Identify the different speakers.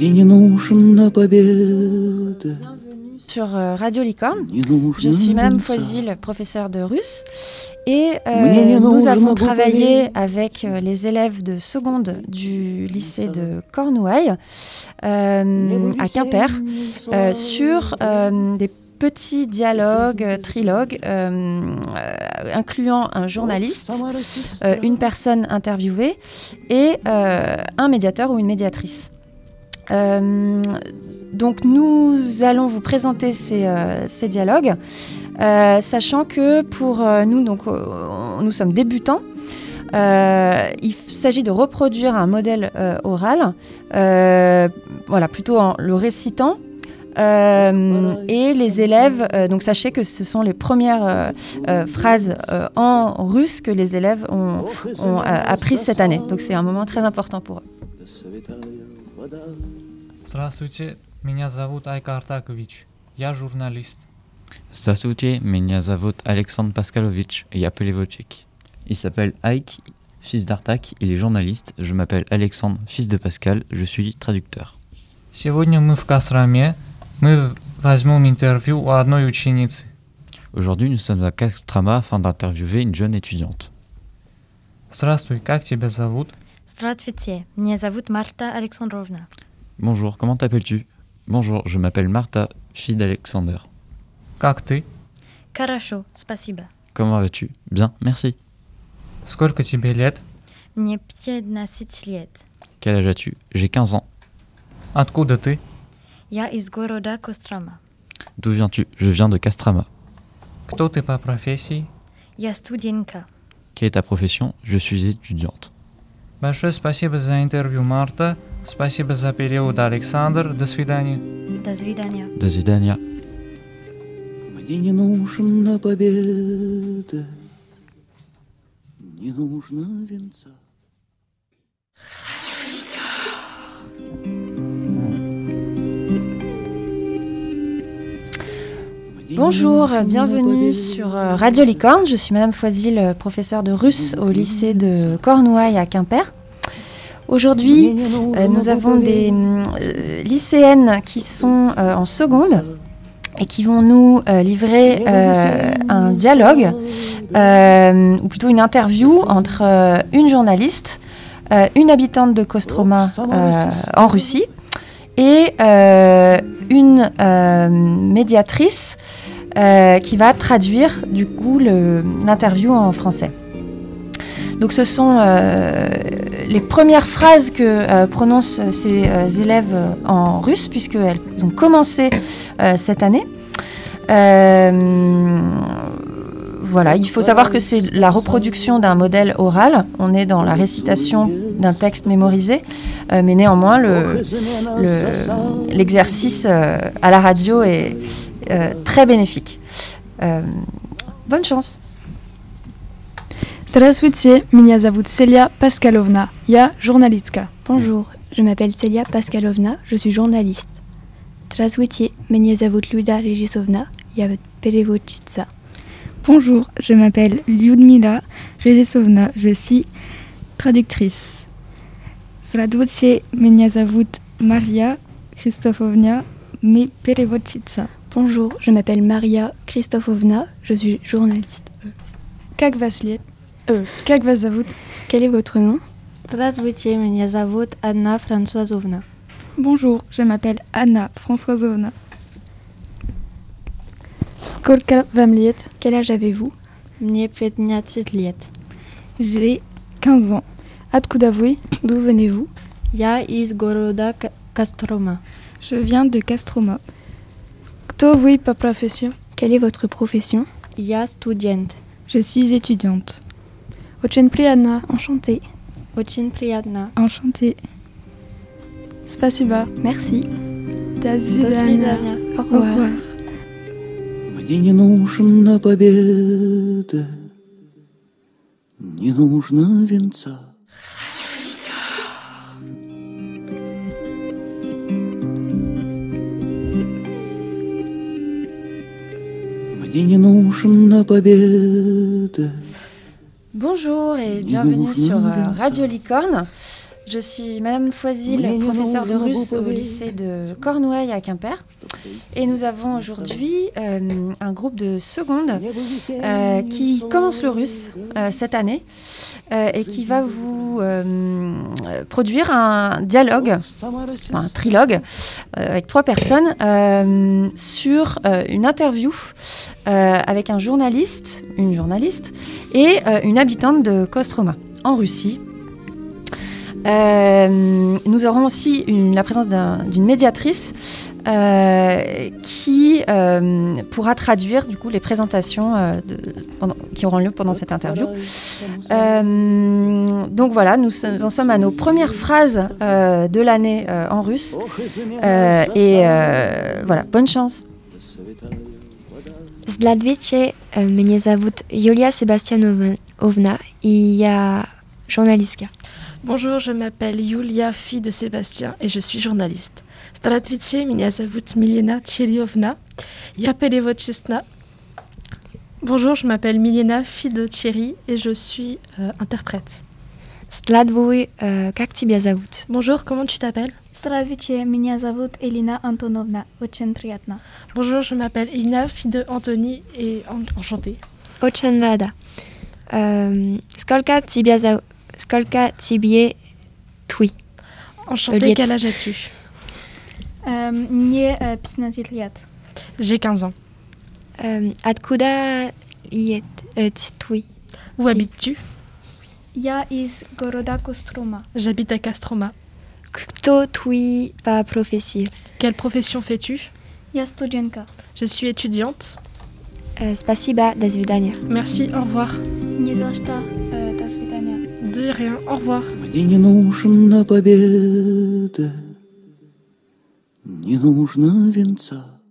Speaker 1: И не нужна победа.
Speaker 2: Sur euh, Radio Licorne,
Speaker 1: Не нужна
Speaker 2: je suis Madame
Speaker 1: венца.
Speaker 2: Foisil, professeure de russe, et euh,
Speaker 1: Мне не
Speaker 2: nous
Speaker 1: нужно
Speaker 2: avons
Speaker 1: губы.
Speaker 2: travaillé avec euh, les élèves de seconde du lycée de Cornouailles euh, à Quimper
Speaker 1: Oh.
Speaker 2: euh, sur euh, des petits dialogues, euh, trilogues, euh, euh, incluant un journaliste, euh, une personne interviewée et euh, un médiateur ou une médiatrice. Euh, donc nous allons vous présenter ces, euh, ces dialogues, euh, sachant que pour euh, nous, donc, euh, nous sommes débutants. Euh, il f- s'agit de reproduire un modèle euh, oral, euh, voilà, plutôt en le récitant. Euh, et les élèves, euh, donc sachez que ce sont les premières euh, euh, phrases euh, en russe que les élèves ont, ont euh, appris cette année. Donc c'est un moment très important pour eux.
Speaker 3: Здравствуйте, меня зовут Айка Артакович. Я журналист.
Speaker 4: Здравствуйте, меня зовут Александр Паскалович, я полеводчик. Il s'appelle Ike, fils d'Artak, il est journaliste. Je m'appelle Alexandre, fils de Pascal, je suis traducteur.
Speaker 3: Сегодня мы в Касраме. Мы в- возьмем интервью у одной ученицы.
Speaker 4: Aujourd'hui, nous sommes à Castrama afin d'interviewer une jeune étudiante.
Speaker 3: Здравствуй, как тебя зовут?
Speaker 5: Здравствуйте, меня зовут Марта Александровна.
Speaker 4: Bonjour, comment t'appelles-tu Bonjour, je m'appelle Martha, fille d'Alexander.
Speaker 3: Как ты?
Speaker 5: Хорошо, спасибо.
Speaker 4: Comment vas-tu Bien, merci.
Speaker 3: Сколько тебе лет?
Speaker 5: Мне 15 лет.
Speaker 4: Quel âge as-tu J'ai 15 ans.
Speaker 3: Откуда ты?
Speaker 5: Я из города Кострама.
Speaker 4: D'où viens-tu Je viens de Castrama.
Speaker 3: Кто ты по профессии?
Speaker 5: Я студентка.
Speaker 4: Quelle est ta profession Je suis étudiante.
Speaker 3: Большое спасибо за интервью, Марта. Спасибо за перевод, Александр. До свидания.
Speaker 5: До свидания.
Speaker 4: До свидания.
Speaker 1: Мне не нужна победа. Не нужна венца. Мне не
Speaker 2: Bonjour,
Speaker 1: нужна
Speaker 2: bienvenue
Speaker 1: победа.
Speaker 2: sur euh, Radio Licorne. Je suis Madame Foisil, euh, professeure de russe au lycée de Cornouailles à
Speaker 1: Мне
Speaker 2: Quimper. Aujourd'hui,
Speaker 1: не
Speaker 2: euh,
Speaker 1: нужна
Speaker 2: nous avons
Speaker 1: победа.
Speaker 2: des mm, euh, lycéennes qui sont euh, en seconde et qui vont nous euh, livrer euh, un dialogue euh, ou plutôt une interview entre euh, une journaliste, euh, une habitante de Kostroma euh, en Russie et euh, une euh, médiatrice euh, qui va traduire du coup le- l'interview en français. Donc ce sont euh, les premières phrases que euh, prononcent ces euh, élèves en russe puisqu'elles ont commencé euh, cette année. Euh, voilà, il faut savoir que c'est la reproduction d'un modèle oral. On est dans la récitation d'un texte mémorisé, euh, mais néanmoins le- le- l'exercice euh, à la radio est euh, très bénéfique. Euh, bonne chance.
Speaker 6: Здравствуйте, меня зовут Селия Паскаловна. Я журналистка.
Speaker 7: Bonjour, je m'appelle Celia Paskalovna, je suis journaliste. Здравствуйте, меня зовут Люда Режисовна, я переводчица.
Speaker 8: Bonjour, je m'appelle Lyudmila Relesovna, je suis traductrice. Здравствуйте, меня зовут Мария Кристофовна, мы переводчица.
Speaker 7: Bonjour, je m'appelle Maria Kristofovna, je suis journaliste.
Speaker 6: Как вас лет? Э, как вас зовут?
Speaker 7: Quel est votre nom
Speaker 9: Здравствуйте, меня зовут Анна Франсуазовна.
Speaker 8: Bonjour, je m'appelle Anna Françoisovna.
Speaker 6: Сколько вам лет?
Speaker 7: Quel âge avez-vous
Speaker 9: Мне 15 лет.
Speaker 8: J'ai 15 ans.
Speaker 6: Откуда вы?
Speaker 7: D'où venez-vous
Speaker 9: Я из города К- Кострома.
Speaker 8: Je viens de Castroma.
Speaker 6: Кто вы по профессии?
Speaker 7: Quelle est votre profession
Speaker 9: Я студент.
Speaker 8: Je suis étudiante.
Speaker 6: Очень приятно.
Speaker 7: Enchantée,
Speaker 9: Очень приятно.
Speaker 8: Enchantée.
Speaker 6: Спасибо.
Speaker 7: merci.
Speaker 6: До
Speaker 9: До
Speaker 6: свидания.
Speaker 9: свидания.
Speaker 7: Au
Speaker 8: Au
Speaker 7: revoir.
Speaker 8: revoir.
Speaker 1: Мне не нужна победа. Не нужна венца. Мне не нужна победа.
Speaker 2: Bonjour et
Speaker 1: Dis
Speaker 2: bienvenue
Speaker 1: bonjour,
Speaker 2: sur euh,
Speaker 1: Vincent.
Speaker 2: Radio Licorne. Je suis Madame
Speaker 1: Мне
Speaker 2: Foisil,
Speaker 1: не
Speaker 2: professeure de
Speaker 1: нужно
Speaker 2: russe au
Speaker 1: глупо верить.
Speaker 2: lycée de Cornouailles à Quimper. Et nous avons aujourd'hui euh, un groupe de seconde euh, qui commence le russe euh, cette année euh, et qui va vous euh, euh, produire un dialogue, enfin, un trilogue, euh, avec trois personnes euh, sur euh, une interview euh, avec un journaliste, une journaliste et euh, une habitante de Kostroma en Russie. Euh, nous aurons aussi une- la présence d'un- d'une médiatrice euh, qui euh, pourra traduire du coup les présentations euh, de- pendant- qui auront lieu pendant cette interview. Euh, donc voilà, nous, se- nous en sommes à nos premières phrases euh, de l'année euh, en russe. Euh, et euh, voilà, bonne chance.
Speaker 10: Здравствуйте, э, меня зовут Юлия Себастьяновна, и я журналистка.
Speaker 11: Bonjour, je m'appelle Yulia, fille de Sébastien, et je suis journaliste. Здравствуйте, меня зовут Milena Tcheriovna. Я переводчица. Bonjour, je m'appelle Milena, fille de Thierry, et je suis euh, interprète.
Speaker 10: Здравствуй, э, как тебя зовут?
Speaker 11: Bonjour, comment tu t'appelles
Speaker 12: Здравствуйте, меня зовут Элина Антоновна. Очень приятно.
Speaker 11: Bonjour, je m'appelle Ina, fille de Anthony, et en- enchantée.
Speaker 10: Очень рада. Эм, Сколько тебя зовут? Сколько тебе твой?
Speaker 11: Enchantée,
Speaker 10: Juliette.
Speaker 11: quel âge as-tu
Speaker 12: Эм, Мне
Speaker 6: e,
Speaker 12: э, 15 лет.
Speaker 11: J'ai 15 ans.
Speaker 10: Эм, Откуда е- э, твой?
Speaker 11: Où habites-tu
Speaker 12: Я из города Кострома.
Speaker 11: J'habite à Castroma.
Speaker 10: Кто твой по профессии?
Speaker 11: Quelle profession fais-tu
Speaker 12: Я студентка.
Speaker 11: Je suis étudiante.
Speaker 10: Э, Спасибо, до свидания.
Speaker 11: Merci, au revoir.
Speaker 12: Не за что.
Speaker 6: e,
Speaker 12: Э, До свидания.
Speaker 11: De rien, au revoir.
Speaker 1: Мне не нужна победа, не нужна венца.